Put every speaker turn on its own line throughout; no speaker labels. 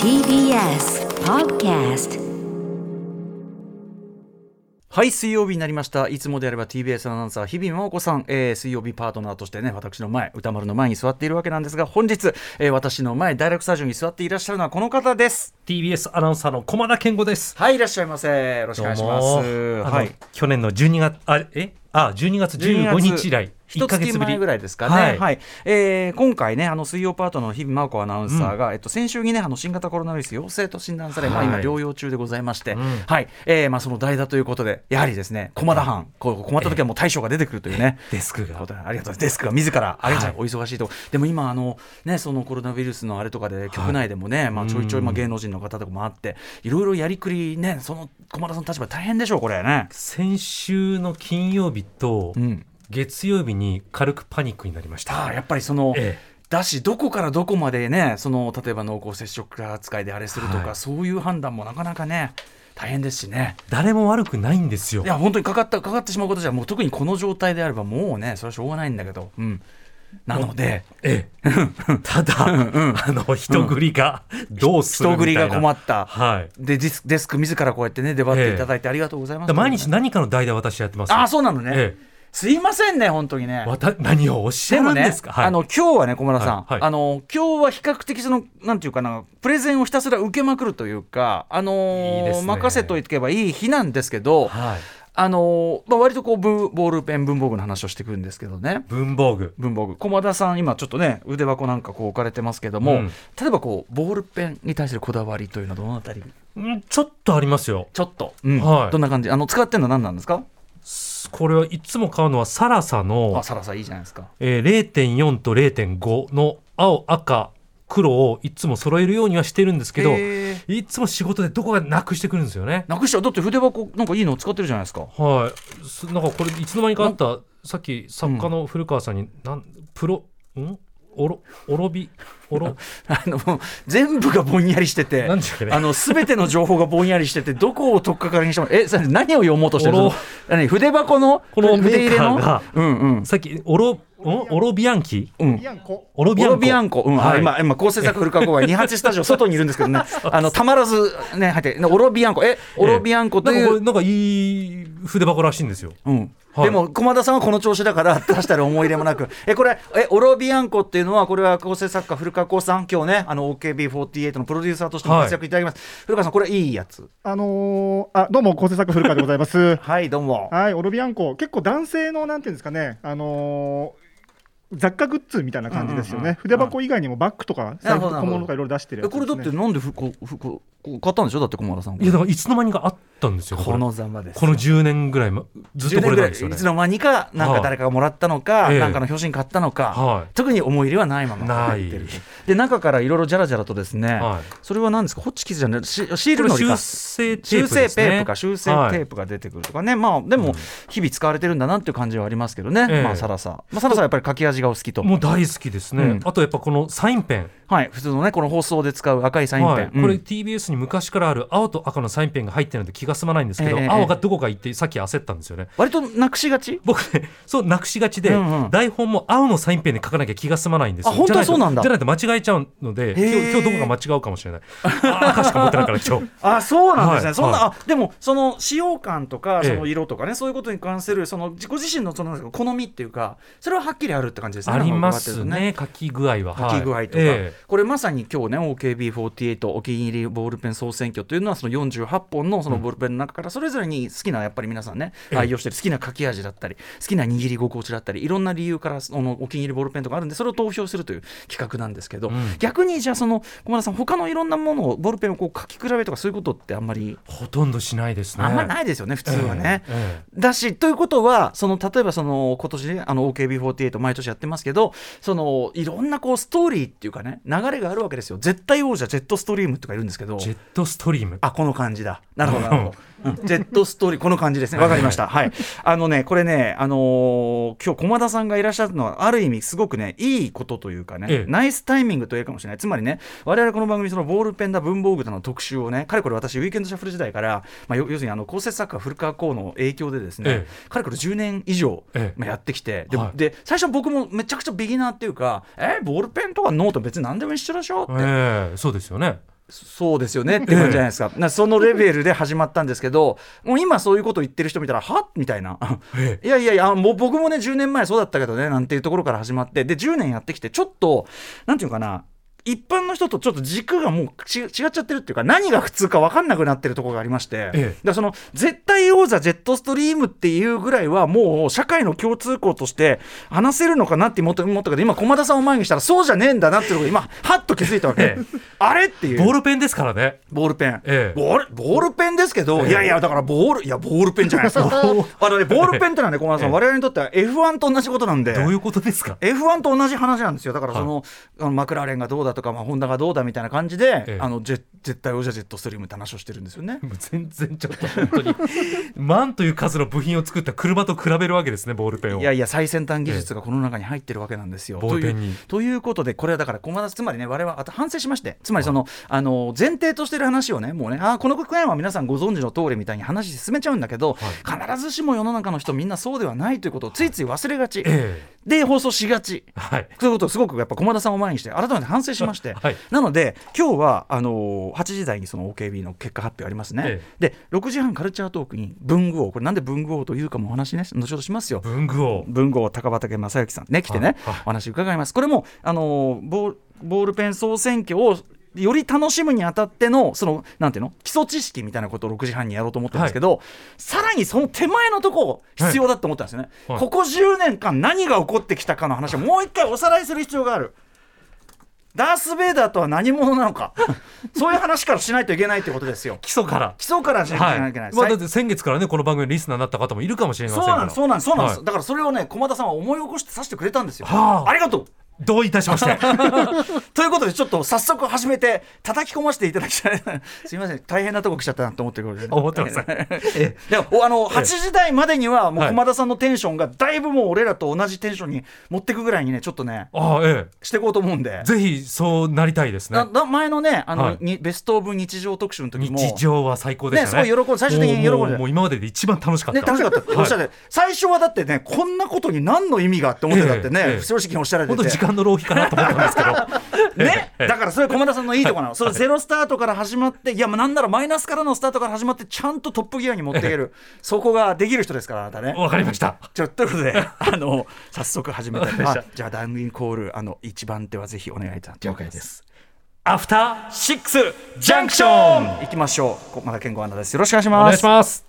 TBS Podcast
はい、水曜日になりました。いつもであれば TBS アナウンサー、日比真央子さん、えー水曜日パートナーとしてね、私の前、歌丸の前に座っているわけなんですが、本日、えー私の前、ダイレクトスタジオに座っていらっしゃるのはこの方です。
TBS アナウンサーの駒田健吾です。
はい、いらっしゃいませ。よろしくお願いします。
あの
はい。
去年の12月、あ、えあ、12月15日以来、
一
1
ヶ
ヶ
月
月ぶ
前
り
ぐ。らいですかね、は
はいい
えー今回ね、あの水曜パートナーの日々真央子アナウンサーが、えっと、先週にねあの、新型コロナウイルス陽性と診断され、まあ、
はい
今、療養中でございまして、
うん
はいえーまあ、その代打ということで、やはりですね、駒田藩、こう困った時はもう大将が出てくるというね、
デスク
という
が
こ。とでありがとうございます。デスクが自ら、ありがとうござい
は
ます。お忙しいとこ。でも今、あの、ね、そのコロナウイルスのあれとかで、局内でもね、まあ、ちょいちょい、まあ、芸能人の方とかもあって、いろいろやりくりね、その、駒田さんの立場大変でしょう、これね。
先週の金曜日と
うん。
月曜日に軽くパニックになりました。
ああ、やっぱりその、
え
だし、どこからどこまでね、その、例えば濃厚接触者扱いであれするとか、
はい
そういう判断もなかなかね、大変ですしね。
誰も悪くないんですよ
い。や、本当にかかった、かかってしまうことじゃ、もう特にこの状態であれば、もうね、それはしょうがないんだけど、うん。なので、
ええただ、あの、人繰りがどうする
人
みた
繰
い
り
な
が困った。
はい。
でディスデスク自らこうやってね出張っていただいてありがとうございま
だ
す、
から毎日何かの代打私やってます。
ああそうなのね、
え
すいませんね本当にね
え。わた何をおっし
で
ゃる
も
ん
ね
ですか、はい
あの今日はね小村さん、
はいはい
あの今日は比較的そのなんていうかなプレゼンをひたすら受けまくるというかあのー
いいですね
任せといてけばいい日なんですけど、
はい。
あのーまあ、割とこうブーボールペン文房具の話をしてくるんですけどね
文房具。
文房具駒田さん今ちょっとね腕箱なんかこう置かれてますけども、
うん
例えばこうボールペンに対するこだわりというのはどのあたり
うんちょっとありますよ。
ちょっと、うん
はい
どんな感じあの使ってるのは何なんですか
これはいつも買うのはサラサの
あ、サラさんいいじゃないですか。
えー0.4と0.5の青赤黒をいつも揃えるようにはしてるんですけど
へー
いつも仕事でどこがなくしてくるんですよね
なくしちゃうだって筆箱なんかいいの使ってるじゃないですか。
はいすなんかこれいつの間にかあったさっき作家の古川さんに、なんプロんおろおろびおろ
あの全部がぼんやりしてて
なんていうかね
あの全ての情報がぼんやりしててどこを取っかかりにしてもえそれ何を読もうとしてる
お
の
ろ
何筆箱の
この
筆入れの
メーカ
うんうん
さっきおろんおろびあんき
うん
おろび
オ
あん
ロ
こ
ビアンコ、うん
はい
あ今、今、構成作古川 公園、二八スタジオ、外にいるんですけどね、あのたまらず、ね、入って、オロビアンコ、え、オロビアンコとい
なんかこ
う
れなんかいい筆箱らしいんですよ
うん
はい
でも駒田さんはこの調子だから 出したら思い入れもなくえこれえオロビアンコっていうのはこれは構成作家古川光さん今日ねあの OKB48 のプロデューサーとしても活躍いただきます、古川さんこれいいやつ
あのーあどうも、構成作家古川でございます。
はいどうも
はい、オロビアンコ、結構男性のなんていうんですかね、あのー雑貨グッズみたいな感じですよ
う
ね、
んうんうん
筆箱以外にもバッグとか、
なる
財
ほど
布とか小物とかいろいろ出してる
え
やつで
こ
す、
れ
ね、
だってなんでふこふここ買ったんでしょだって駒田さん
いやだからいつの間にかあったんですよこ
こ
れ
のざまです
この10年ぐらいまずっと
10年
こ
ぐ
れな
ら
ん
い
ですよ
い
ね
つ。の間にかなんか誰かがもらったのか、
はい
なんかの表紙に買ったのか、
はい
特に思い入れはないまま入ってると
ない
で中からいろいろじゃらじゃらとですね、
はい
それは何ですかホッチキスじゃないシシー
こ
ル
れ
のりか
修正テー
修
プで
正
す
テ
ね
ープか修正テープが出てくるとかね、まあでも日々使われてるんだなっていう感じはありますけどね、
ええ
まあサラサ、まあ、サラサはやっぱり書き味がお好きと、
もう大好きですね、
うん
あとやっぱこのサインペン、
はい、普通のねこの放送で使う赤いサインペン、
はいこれ
うん
TBS に昔からある青と赤のサインペンが入ってないと気が済まないんですけど、
ええ
青がどこか行ってさっき焦ったんですよね
割となくしがち
僕ねそうなくしがちで、
うんうん
台本も青のサインペンで書かなきゃ気が済まないんですよ
あ本当は
じゃいと
そうなんだ
じゃないと間違えちゃうので今
へえ
日今日どこか間違うかもしれないあ赤しか持ってな いから今日
あそうなんですね、
はい
そんな、
は
あでもその使用感とか
ええ
その色とかね、そういうことに関するその自己自身のそのなんですか好みっていうかそれははっきりあるって感じですね
ありま
なんか
す
伺ってると
ね書き具合は
書き具合とか、
はいええ
これまさに今日ね OKB48 お気に入りボールペン総選挙というのはその48本のそのボールペンの中からそれぞれに好きなやっぱり皆さんね
ええ
愛用してる好きな書き味だったり好きな握り心地だったりいろんな理由からそのお気に入りボールペンとかあるんでそれを投票するという企画なんですけど、
うん
逆にじゃあその駒田さん他のいろんなものをボールペンをこう書き比べとかそういうことってあんまり、
ほとんどしないですね
あんまないですよね普通はね。
ええええ
だしということはその例えばその今年ねあの OKB48 毎年やってますけどそのいろんなこうストーリーっていうかね流れがあるわけですよ絶対王者ジェットストリームとかいるんですけど
ジェ
ットストリーム。
あこの感じだ。なるほど、なるほど。うんジェットストーリー、この感じですね。わかりました。はい。あのね、これね、あのー今日駒田さんがいらっしゃるのは、ある意味、すごくね、いいことというかね、
ええ
ナイスタイミングと言えるかもしれない。つまりね、我々この番組、そのボールペンだ、文房具だの特集をね、かれこれ私、ウィーケンドシャッフル時代から、まあ、よ要するに、あの、構成作家、古川光の影響でです
え
ね、かれこれ10年以上、
ええ
まあ、やってきて、で、
はい
で最初僕もめちゃくちゃビギナーっていうか、えボールペンとかノート別に何でも一緒でしょって、
ええそうですよね。
そうですよねって感じじゃないですか、なそのレベルで始まったんですけど、もう今、そういうこと言ってる人見たら、はみたいな、
え
いやいやいや、あもう僕もね、10年前そうだったけどねなんていうところから始まって、で10年やってきて、ちょっと、なんていうのかな、一般の人とちょっと軸がもうち違っちゃってるっていうか、何が普通か分かんなくなってるところがありまして、
ええ
だからその絶対王座、ジェットストリームっていうぐらいは、もう社会の共通項として話せるのかなって思った思ったけど、今、駒田さんを前にしたら、そうじゃねえんだなっていうのが、今、はっと気づいたわけ
ええ。
あれっていう。
ボールペンですからね。
ボールペン、
ええ
ボールボールペンですけど、
ええ
いやいや、だからボール、いや、ボールペンじゃないですか、 あのね、ボールペンってのはね、駒田さん、
ええ
我々にとっては F1 と同じことなんで。
どういうことですか。
F1 と同じ話なんですよ、だから
はい
その,、あのマクラーレンがどうだとか、まあ、ホンダがどうだみたいな感じで、
ええ
あのジェ絶対王者ジェットストリームって話をしてるんですよね。
もう全然ちょっと本当に万という数の部品を作った車と比べるわけですねボールペンを
いやいや最先端技術がこの中に入ってるわけなんですよ。
ボールペン
とい
に
うということでこれはだから駒田つまりね我々はあと反省しましてつまりその、あの前提としてる話をねもうねあーこの国会は皆さんご存知の通りみたいに話進めちゃうんだけど、必ずしも世の中の人みんなそうではないということをついつい忘れがち、
ええ
で放送しがち。
はい
ということをすごくやっぱ駒田さんを前にして改めて反省しまして、
はい
なので今日はあのー8時台にその OKB の結果発表ありますね、
え
で6時半カルチャートークに文具王これなんで文具王というかもお話ね後ほどしますよ
文具を
文豪高畑正幸さんね来てね、
はいはい
お話伺いますこれもあのーボーボールペン総選挙をより楽しむにあたってのそのなんていうの基礎知識みたいなことを6時半にやろうと思ってるんですけど、さらにその手前のとこ必要だと思ったんですよね、
はい
ここ10年間何が起こってきたかの話をもう一回おさらいする必要があるダース・ベイダーとは何者なの かそういう話からしないといけないということですよ
基礎から
基礎からしないといけないけない、
まあ、だって先月からねこの番組のリスナーになった方もいるかもしれません
そう
か
な
ら
ん です、そうなんです、そうなんです、
はい
だからそれをね、駒田さんは思い起こしてさせてくれたんですよ。
はあ
りがとう
どういたしまして
ということで、ちょっと早速始めて、叩き込ませていただきたい、 すみません、大変なとこ来ちゃったなと思ってくるで、
思ってます
ええでもおあの
ええ
8時台までには、もう
はい
駒田さんのテンションが、だいぶもう俺らと同じテンションに持ってくぐらいにね、ちょっとね、
ああえ
していこうと思うんで
え。ぜひそうなりたいですね
だだ前のねあの、
はい
にベスト・オブ日常特集の時も
日常は最高でしたね
ねすごい喜ん最終的に喜んで
もうもうもう今までで一番楽しかった
ね、楽しかったっておっしゃって、最初はだってねこんなことに何の意味があって思ってたってね、
ええええ
正直におっしゃられて
本当
て
時間の浪費かなと思ったん ですけど
ね、
ええ
だからそれ駒田さんのいいところなの、それゼロスタートから始まって、いや、まあなんならマイナスからのスタートから始まって、ちゃんとトップギアに持っていける、そこができる人ですから、あなたね。
わかりました
ちょっということ で、あの早速始めたいと思います
わかりま
あじゃあ、ダンインコール、あの一番手はぜひお願いいたします。了解です。
アフターシックスジャンクション
行きましょう。駒田健吾アナです。よろしくお願いし
お
ま
願い
す
し。ます。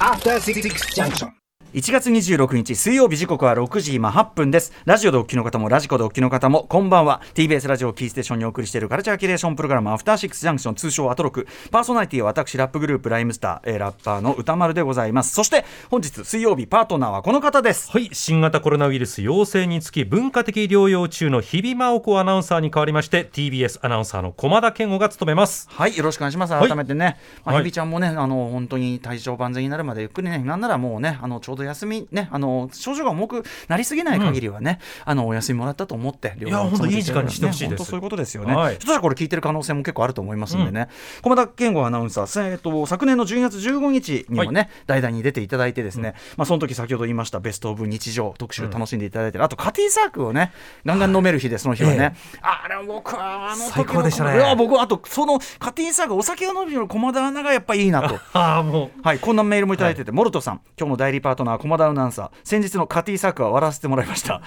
After Six Junction.
1月26日水曜日時刻は6時今8分ですラジオでお聞きの方もラジコでお聞きの方もこんばんは TBS ラジオをキーステーションにお送りしているカルチャーキュレーションプログラムアフターシックスジャンクション通称アトロクパーソナリティは私ラップグループライムスター、えーラッパーの歌丸でございますそして本日水曜日パートナーはこの方です
はい、新型コロナウイルス陽性につき文化的療養中の日比真央子アナウンサーに代わりまして TBS アナウンサーの駒田健吾が務めます。
はいよろしくお願いします
はい
改めてね、まあ
はい
日比ちゃんもねあの本当に体調万全になるまでゆっくりねなんならもうねあのちょうど休みねあの症状が重くなりすぎない限りはね、あのお休みもらったと思ってい
や本当いい時間にしてほしいです
そういうことですよね、
はい
ひょっとしたらこれ聞いてる可能性も結構あると思いますんでね、駒田健吾アナウンサー、えー、と昨年の12月15日にもね、代々に出ていただいてですね、まあその時先ほど言いましたベストオブ日常特集楽しんでいただいてる、あとカティサークをねガンガン飲める日でその日はね、あれ僕はあの時の
最高でしたね
いや僕はあとそのカティサークお酒を飲むより駒田アナがやっぱいいなと。
ああも
はい、こんなメールもいただいてて、モルトさん、今日の代理パートナー、駒田アナウンサー、先日のカティサークは笑わせてもらい ました。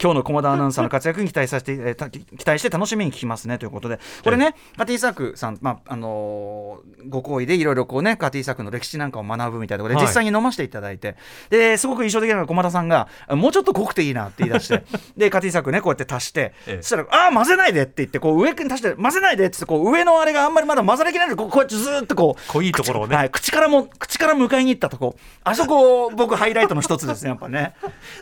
今日の駒田アナウンサーの活躍に期待させて、えーた期待して楽しみに聞きますねということで、これね、カティサークさん、まああのーご好意でいろいろこうね、カティサークの歴史なんかを学ぶみたいなところで、
はい
実際に飲ませていただいて、ですごく印象的なのが駒田さんが、もうちょっと濃くていいなって言い 出して、で、カティサークね、こうやって足して、
ええ
そしたら、ああー、混ぜないでって言って、こう上に足して、混ぜないでって言ってこう上のあれがあんまりまだ混ざりきれないのでこうこうやってずーっとこう、
濃いところをね
口はい、口からも口から迎えに行ったとこあそこを僕ハイライトの一つですね、やっぱね。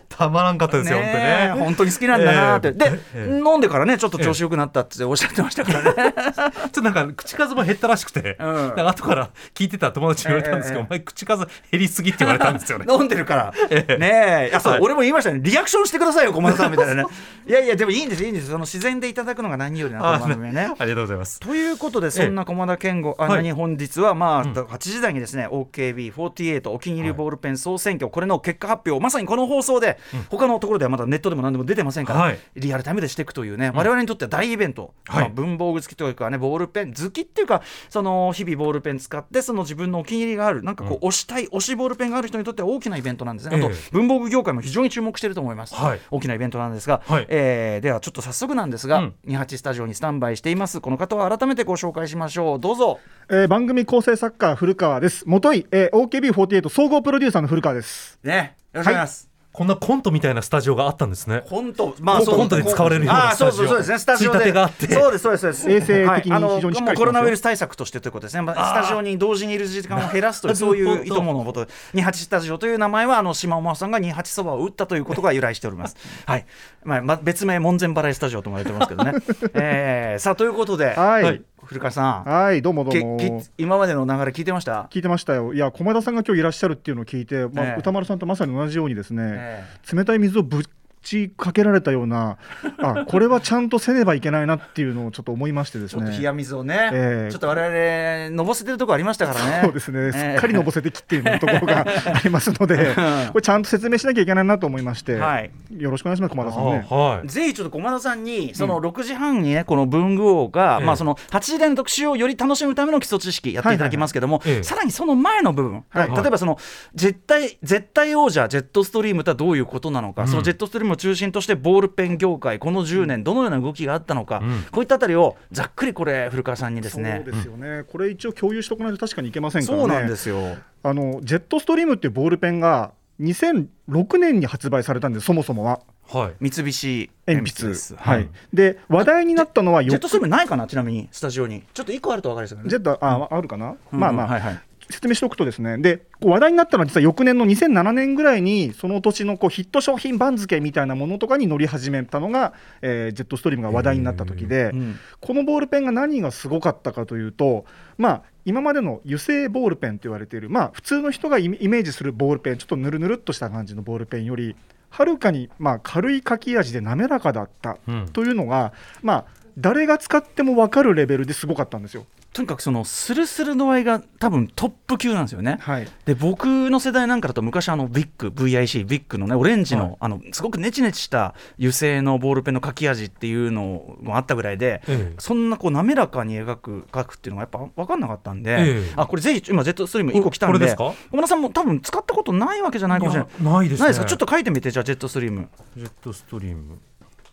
たまらんかったですよ、
ねえ
本当にね。
本当に好きなんだなって、
ええ
で、
ええ
飲んでからねちょっと調子よくなったっておっしゃってましたから ね、
ちょっとなんか、口数も減ったらしくて、
うん
なんか後から聞いてた友達に言われたんですけど、
ええええ。
お前、口数減りすぎって言われたんですよね
飲んでるから、ねえいやそう、
はい
俺も言いましたねリアクションしてくださいよ駒田さんみた いなねいやいやでもいいんですいいんですその自然でいただくのが何よりなこの番組はね
ありがとうございます。
ということで、そんな駒田健吾アナに本日は、まあ、8時台にですね、OKB48 お気に入りボールペン総選挙、これの結果発表、まさにこの放送で、他のところではまだネットでも何でも出てませんから、
はい
リアルタイムでしていくというね、我々にとっては大イベント、
はい
まあ文房具好きというかね、ボールペン好きっていうか、その日々ボールペン使って、その自分のお気に入りがある、なんかこう、推したい、推しボールペンがある人にとっては大きなイベントなんですね。あと
ええ、
文房具業界も非常に注目してると思います。
はい
大きなイベントなんですが、
はい
えーではちょっと早速なんですが、
うん
28スタジオにスタンバイしていますこの方は改めてご紹介しましょうどうぞ
えー番組構成作家古川です。元い、えー、OKB48 総合プロデューサーの古川です。
ねよろ、
しくお願いします
こんなコントみたいなスタジオがあったんですね。
コントま
コントコントで使われるような
あーそうそうそうですねス
ス
タ
タ
ジオ
ジオ
で
ついたてがあって
そうですそうですそうです
衛生的に
はいあの
非常にし
もう
っかりしてますよ
コロナウイルス対策としてということですねまあスタジオに同時にいる時間を減らすというそういう意図もの ことで28スタジオという名前はあの島尾真央さんが28そばを打ったということが由来しておりますはい、まあまあ、別名門前払いスタジオとも言われてますけどね、 えー、さあということで、
はい。はい、
古川さん
どうもどう
け
も。
き今までの流れ聞いてました
聞いてましたよ。いや、駒田さんが今日いらっしゃるっていうのを聞いて、まあ
ええ
歌丸さんとまさに同じようにですね、
え
冷たい水をぶちかけられたような、あ、これはちゃんとせねばいけないなっていうのをちょっと思いましてで
え
す
ちょっ
ね。
と冷や水をね、
ええ
ちょっと我々のぼせてるとこありましたからね。
そうですね、すっかりのぼ
せ
せてきっていうところがありま すので、これ、ちゃんと説明しなきゃいけないなと思いまして、
はい
よろしくお願いします、駒田さんね。
あはい。
ぜひちょっと駒田さんに、その6時半にね、この文具王が、
ええ
まあその8時台の特集をより楽しむための基礎知識やっていただきますけども、
いはいはいええ
さらにその前の部分、
はい
例えばその絶対、絶対王者、ジェットストリームとはどういうことなのか、
ん
そのジェットストリームを中心として、ボールペン業界、この10年、どのような動きがあったのか、
ん
こういったあたりをざっくりこれ、古川さんにですね
そ。うですよね、これ一応共有しておかないと確かにいけませんからね。
そうなんですよ。
あのジェットストリームっていうボールペンが2006年に発売されたんです、そもそもは
はい。
三菱鉛筆
鉛筆
です。
はい
はい
で話題になったのは
ジェ
よ
ットストリームないかな、ちなみに、スタジオに。ちょっと1個あると分かりますよね。
ジェットああるかな、
うん
まあまあ、
はいはい
説明しておくとですねでこう話題になったのは実は翌年の2007年ぐらいにその年のこうヒット商品番付みたいなものとかに乗り始めたのが、えージェットストリームが話題になった時で、
うん
このボールペンが何がすごかったかというとまあ今までの油性ボールペンと言われている、まあ、普通の人がイメイメージするボールペンちょっとぬるぬるっとした感じのボールペンよりはるかにまあ軽い書き味で滑らかだった
うん
というのが、まあ、誰が使っても分かるレベルですごかったんですよ。
とにかくそのスルスルの合いが多分トップ級なんですよね。
はい
で僕の世代なんかだと昔あのビッグ VIC ビッグのねオレンジの,、
はい
あのすごくネチネチした油性のボールペンの書き味っていうのもあったぐらいで、
ええ
そんなこう滑らかに描く描くっていうのがやっぱ分かんなかったんで、
ええ
あこれぜひ今ジェットストリーム1個来たんで
おこれですか
小村さんも多分使ったことないわけじゃないかもしれない。
いやないですね
かちょっと書いてみてじゃあジェットストリーム。
ジェットストリーム。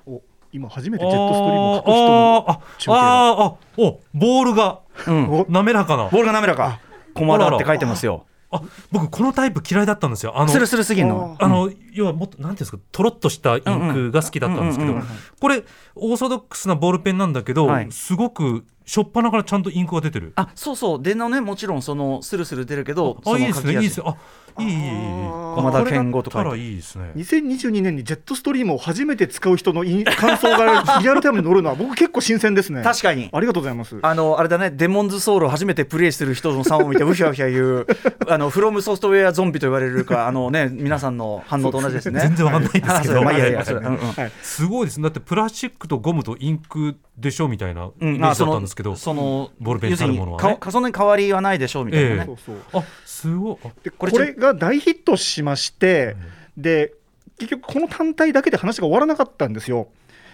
お今初めてジェットストリームを書く人
あ
の
ーあー、あーあー、お、ボールが
うん、ボ
お
滑らかな。
ールが滑らか。駒田って書いてますよ。
あ、僕このタイプ嫌いだったんですよ。あの
スルスルすぎんの。
あの、要はもっと、なんていうんですか、とろっとしたインクが好きだったんですけ
う
ど
んうんうんうん、
これ、オーソドックスなボールペンなんだけど
は、い
すごく、しょっぱなからちゃんとインクが出てる。
あそうそう、でのね、もちろんそのスルスル出るけど、その
あ、いいですね、いい
書き味
ですね。あ、いい、いい、いい。あ
駒田健吾とか
これだったらいいですね。
2022年にジェットストリームを初めて使う人のイン感想がリアルタイムに乗 るのは僕結構新鮮ですね。
確かに
ありがとうございます。
あのあれだね、デモンズソウルを初めてプレイする人の差を見て、うひゃうひゃ 言う、あのフロムソフトウェアゾンビと言われるか、あのね、皆さんの反応と同じですね。
全然わかんないですけ
あそう
ど。
まあいやいやそれうんうん
はい、
すごいですね。だってプラスチックとゴムとインクでしょみたいなイ
う
メ
ん
ージ
ま
だ
あ
っ
その
たんですけど。
その
ボールペンたるものはね
要するにかそんなに変わりはないでしょうみたいな
え
ね
そう。そう
あ、すごい。あ
で
こ
こ
れ
れ
ちょ
が大ヒットしまして、で結局この単体だけで話が終わらなかったんですよ。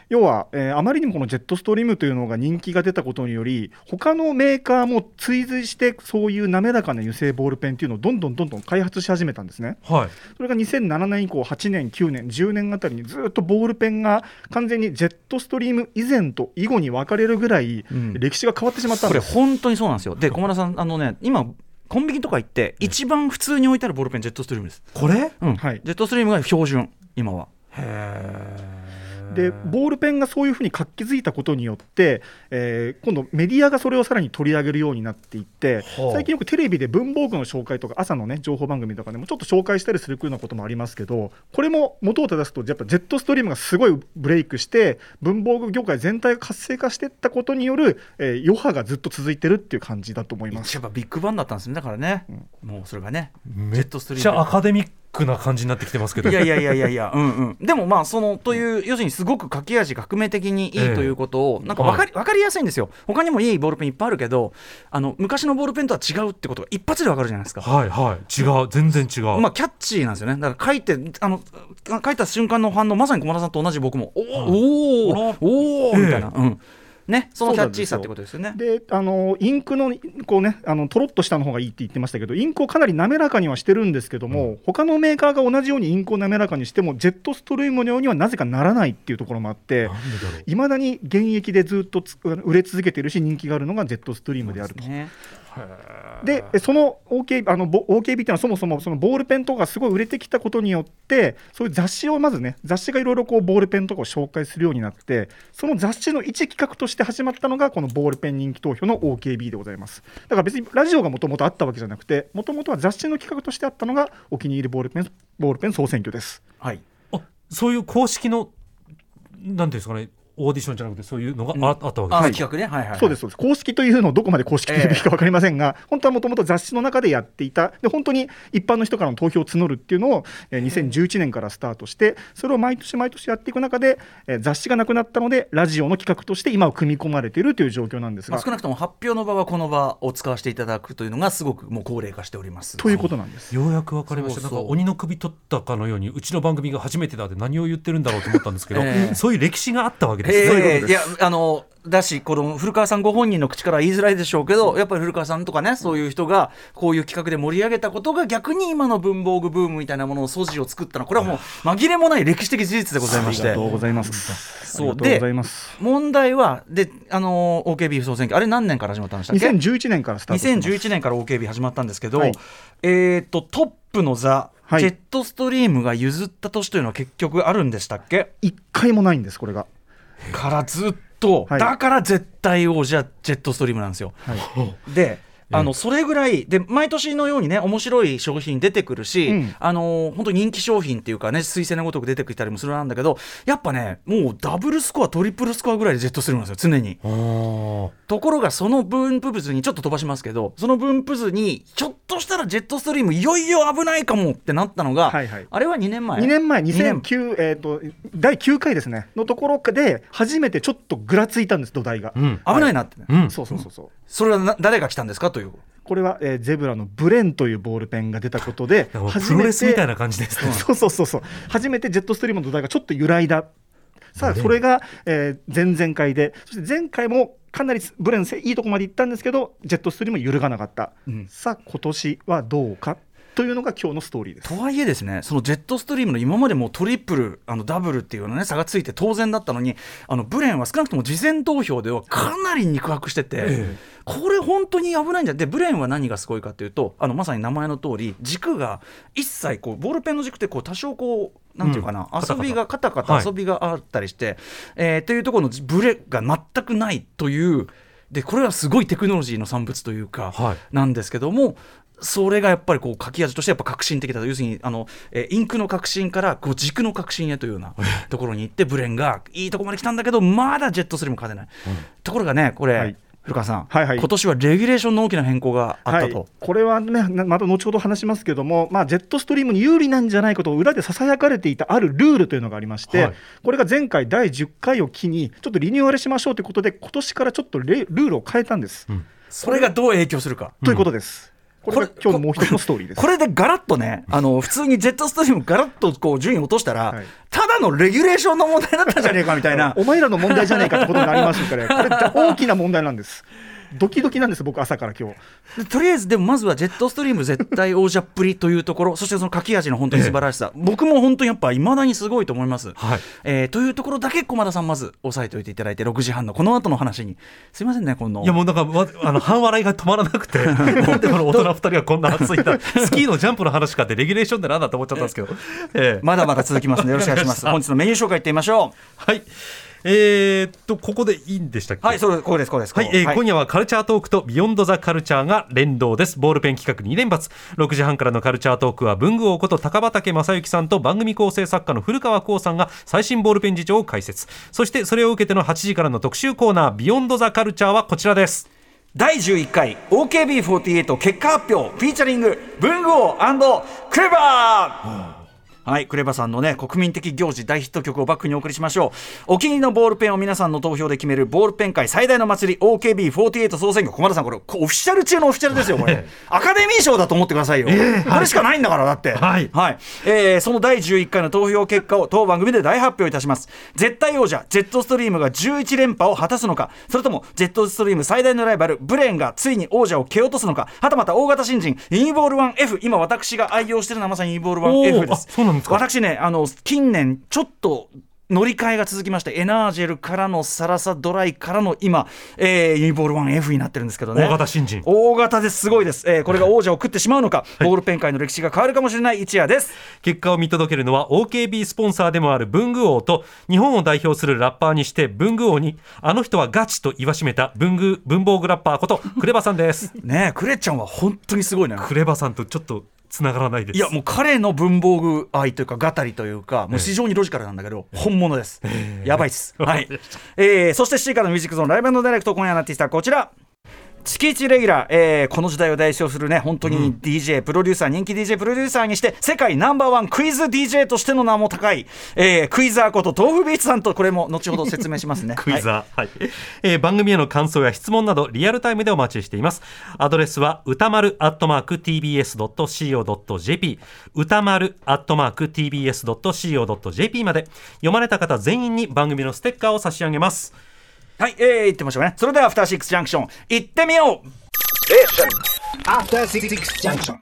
要は、えーあまりにもこのジェットストリームというのが人気が出たことにより他のメーカーも追随してそういう滑らかな油性ボールペンというのをどんどんどんどん開発し始めたんですね。
はい。
それが2007年以降8年9年10年あたりにずっとボールペンが完全にジェットストリーム以前と以後に分かれるぐらい
うん
歴史が変わってしまったん
これ
です、
本当にそうなんですよ。で、小村さん、あのね、今コンビニとか行って、一番普通に置いてあるボールペンジェットストリームです。
これ？
うん、
はい
ジェットストリームが標準、今は。
へー
でボールペンがそういうふうに活気づいたことによって、えー今度メディアがそれをさらに取り上げるようになっていって、
はあ
最近よくテレビで文房具の紹介とか朝のね情報番組とかでもちょっと紹介したりするようなこともありますけどこれも元を正すとやっぱジェットストリームがすごいブレイクして文房具業界全体が活性化していったことによる、えー余波がずっと続いてるっていう感じだと思います。
一番ビッグバンだったんですねだからね、もうそれがね
め
ジェ
っ
ットストリ
ち
ーム
ゃアカデミックな感じになってきてますけど
いやいやいやいやいや、うんうん、でもまあそのという、要するにすごく書き味革命的にいいと
ええ
いうことを、なんかわかりわかりやすいんですよ他にもいいボールペンいっぱいあるけどあの昔のボールペンとは違うってことが一発でわかるじゃないですか。
はいはい違う全然違う、
まあ、キャッチーなんですよね、だから書いて、あの書いた瞬間の反応、まさに小村さんと同じ僕も、おお、おーおー、みたいな、うんね、そのキャッチーさってことですよね。
であのインクのこう、ね、あのとろっとしたの方がいいって言ってましたけどインクをかなり滑らかにはしてるんですけども、他のメーカーが同じようにインクを滑らかにしてもジェットストリームのようにはなぜかならないっていうところもあって
なんでだろう
いまだに現役でずっとつ売れ続けてるし人気があるのがジェットストリームであると。
ね
でえその OKB, あのぼ OKB っていうのはそもそもそのボールペンとかがすごい売れてきたことによってそういう雑誌をまずね雑誌がいろいろこうボールペンとかを紹介するようになってその雑誌の一企画として始まったのがこのボールペン人気投票の OKB でございますだから別にラジオがもともとあったわけじゃなくてもともとは雑誌の企画としてあったのがお気に入りボールペンボールペン総選挙です
はい
あそういう公式のなんていうんですかねオーディションじゃなくてそういうのがあ,、あったわけ
あ
で
企
す
画ね、はいはいはい、
そうですそうです公式というのをどこまで公式というべきか分かりませんが、本当はもともと雑誌の中でやっていたで本当に一般の人からの投票を募るっていうのをえー2011年からスタートしてそれを毎年毎年やっていく中でえー雑誌がなくなったのでラジオの企画として今は組み込まれているという状況なんです
まあ、
が。
少なくとも発表の場はこの場を使わせていただくというのがすごくもう高齢化しております。
ということなんです。
ようやく分かりました
そうそう
なんか鬼の首取ったかのようにうちの番組が初めてだって何を言ってるんだろうと思ったんですけど、
ええ
そういう歴史があったわけで
え
すね、
えいやあのだしこの古川さんご本人の口から言いづらいでしょうけど、やっぱり古川さんとかねそういう人がこういう企画で盛り上げたことが逆に今の文房具ブームみたいなものを素地を作ったのはこれはもう紛れもない歴史的事実でございまし
あ
て
りがとうございます。
そう
ありがとうございます。
問題はであの OKB 総選挙あれ何年から始まったんでしたっけ
2011年からスタートしてます。
2011年から OKB 始まったんですけど、
はい
えっ、とトップの座、
はい
ジェットストリームが譲った年というのは結局あるんでしたっけ
一回もないんですこれが。
からずっと、
はい
だから絶対王者ジェットストリームなんですよ。であのそれぐらいで毎年のようにね面白い商品出てくるし、
うん
あの本当に人気商品っていうかね推薦のごとく出てきたりもするなんだけどやっぱねもうダブルスコアトリプルスコアぐらいでジェットストリームなんですよ常に。
あー
ところがその分布図にちょっと飛ばしますけどその分布図にちょっとしたらジェットストリームいよいよ危ないかもってなったのが、
はいはい
あれは2年前
2年前、
二年
2009、えー、と第9回ですね、のところで、初めてちょっとぐらついたんです、土台が。
うん
危ないなって、ね
うん
そうそうそうそう、
それはな誰が来たんですかという
これは、えーゼブラのブレンというボールペンが出たことで、
なんか
初
プロ
め
レスみたい
て、
な感じですね、
そうそうそうそう、初めてジェットストリームの土台がちょっと揺らいだ、さあ、それが、えー前々回で、そして前回もかなりブレン、いいとこまで行ったんですけど、ジェットストリーム揺るがなかった、
ん
さあ、今年はどうかというのが今日のストーリーです。
とはいえですねそのジェットストリームの今までもうトリプルあのダブルっていうようなね差がついて当然だったのにあのブレンは少なくとも事前投票ではかなり肉薄してて、
え
これ本当に危ないんじゃんでブレンは何がすごいかというとあのまさに名前の通り軸が一切こうボールペンの軸ってこう多少こうなんていうかな、
うんカタ
遊
カタ
びがカタカ
は
タ
い
遊びがあったりして、えーというところのブレが全くないというでこれはすごいテクノロジーの産物というか、
はい
なんですけどもそれがやっぱりこう書き味としてやっぱ革新的だと要するにあの、えーインクの革新からこう軸の革新へというようなところに行ってブレンがいいとこまで来たんだけどまだジェットストリーム勝てない、ところがねこれ、
はい
古川さん、
はいはい
今年はレギュレーションの大きな変更があったと、
はい、これはね、なまた後ほど話しますけども、まあ、ジェットストリームに有利なんじゃないかと裏でささやかれていたあるルールというのがありまして、
はい
これが前回第10回を機に、ちょっとリニューアルしましょうということで、今年からちょっとレルールを変えたんです。
ん
それがどう影響するか。
ということです。これが今日のもう一つのストーリーです。
これでガラッとね、あの普通にジェットストリーム、ガラッとこう順位落としたら、
はい
ただのレギュレーションの
、
問題だったんじゃねえかみたいな
お前らの問題じゃないかってことになりますから、これ大きな問題なんです。ドキドキなんです、僕、朝から今日
でとりあえず、でもまずはジェットストリーム絶対王者っぷりというところ、そ してその書き味の本当に素晴らしさ、僕も本当にやっぱ、いまだにすごいと思います。
はい
えーというところだけ、駒田さん、まず押さえておいていただいて、6時半のこの後の話に、すいませんね、この。
いやもうなんかわあの半笑いが止まらなく てなんでこの大人2人がこんな熱いんだスキーのジャンプの話かってレギュレーションでなんだと思っちゃったんですけど、ええ
まだまだ続きますので、よろしくお願いし ます。本日のメニュー紹介いってみましょ
はいえー、っとここでいいんでしたっ
う。
け
はい、そうです、こうです、こうです。
はい、えー
こう
今夜はカルチャートークとビヨンドザカルチャーが連動です。ボールペン企画2連発。6時半からのカルチャートークは文具王こと高畑正幸さんと番組構成作家の古川光さんが最新ボールペン事情を解説。そしてそれを受けての8時からの特集コーナービヨンドザカルチャーはこちらです。
第11回 OKB48 結果発表フィーチャリング文具王クレバーはい、クレバさんのね、国民的行事大ヒット曲をバックにお送りしましょう。お気に入りのボールペンを皆さんの投票で決めるボールペン界最大の祭り OKB48 総選挙。駒田さん、これ、こオフィシャル中のオフィシャルですよ、これ。アカデミー賞だと思ってくださいよ。これしかないんだから、だって。
はい
はいえーその第11回の投票結果を当番組で大発表いたします絶対王者ジェットストリームが11連覇を果たすのかそれともジェットストリーム最大のライバルブレーンがついに王者を蹴落とすのかはたまた大型新人イニボール 1F 今私が愛用しているのはまさにイニボール 1F です
おーあそうなんですか
私ねあの近年ちょっと乗り換えが続きましてエナージェルからのサラサドライからの今、えー、ユニボール 1F になってるんですけどね
大型新人
大型ですすごいです、えーこれが王者を食ってしまうのか、ボールペン界の歴史が変わるかもしれない一夜です
結果を見届けるのは OKB スポンサーでもある文具王と日本を代表するラッパーにして文具王にあの人はガチと言わしめた文具文房具ラッパーことクレバさんです。
ねえクレちゃんは本当にすごいね
クレバさんとちょっとつながらないです。
いやもう彼の文房具愛というか語りというかもう非常にロジカルなんだけど、本物です、やばいっす、はい、えーそして C からのミュージックゾーンライブダイレクト今夜のアーティストはこちらチキイチレギュラー、えーこの時代を代表するね、本当に DJ、プロデューサー、人気 DJ プロデューサーにして、世界ナンバーワンクイズ DJ としての名も高い、えークイザーこと豆腐ビーチさんと、これも後ほど説明しますね。
クイ
はい
ザー、はいえー番組への感想や質問などリアルタイムでお待ちしていますアドレスは歌丸アットマーク TBS.CO.JP 歌丸アットマーク TBS.CO.JP まで読まれた方全員に番組のステッカーを差し上げます
はい、えー、言ってみましょうね。それでは、アフターシックスジャンクション、行ってみよう
After Six Junction.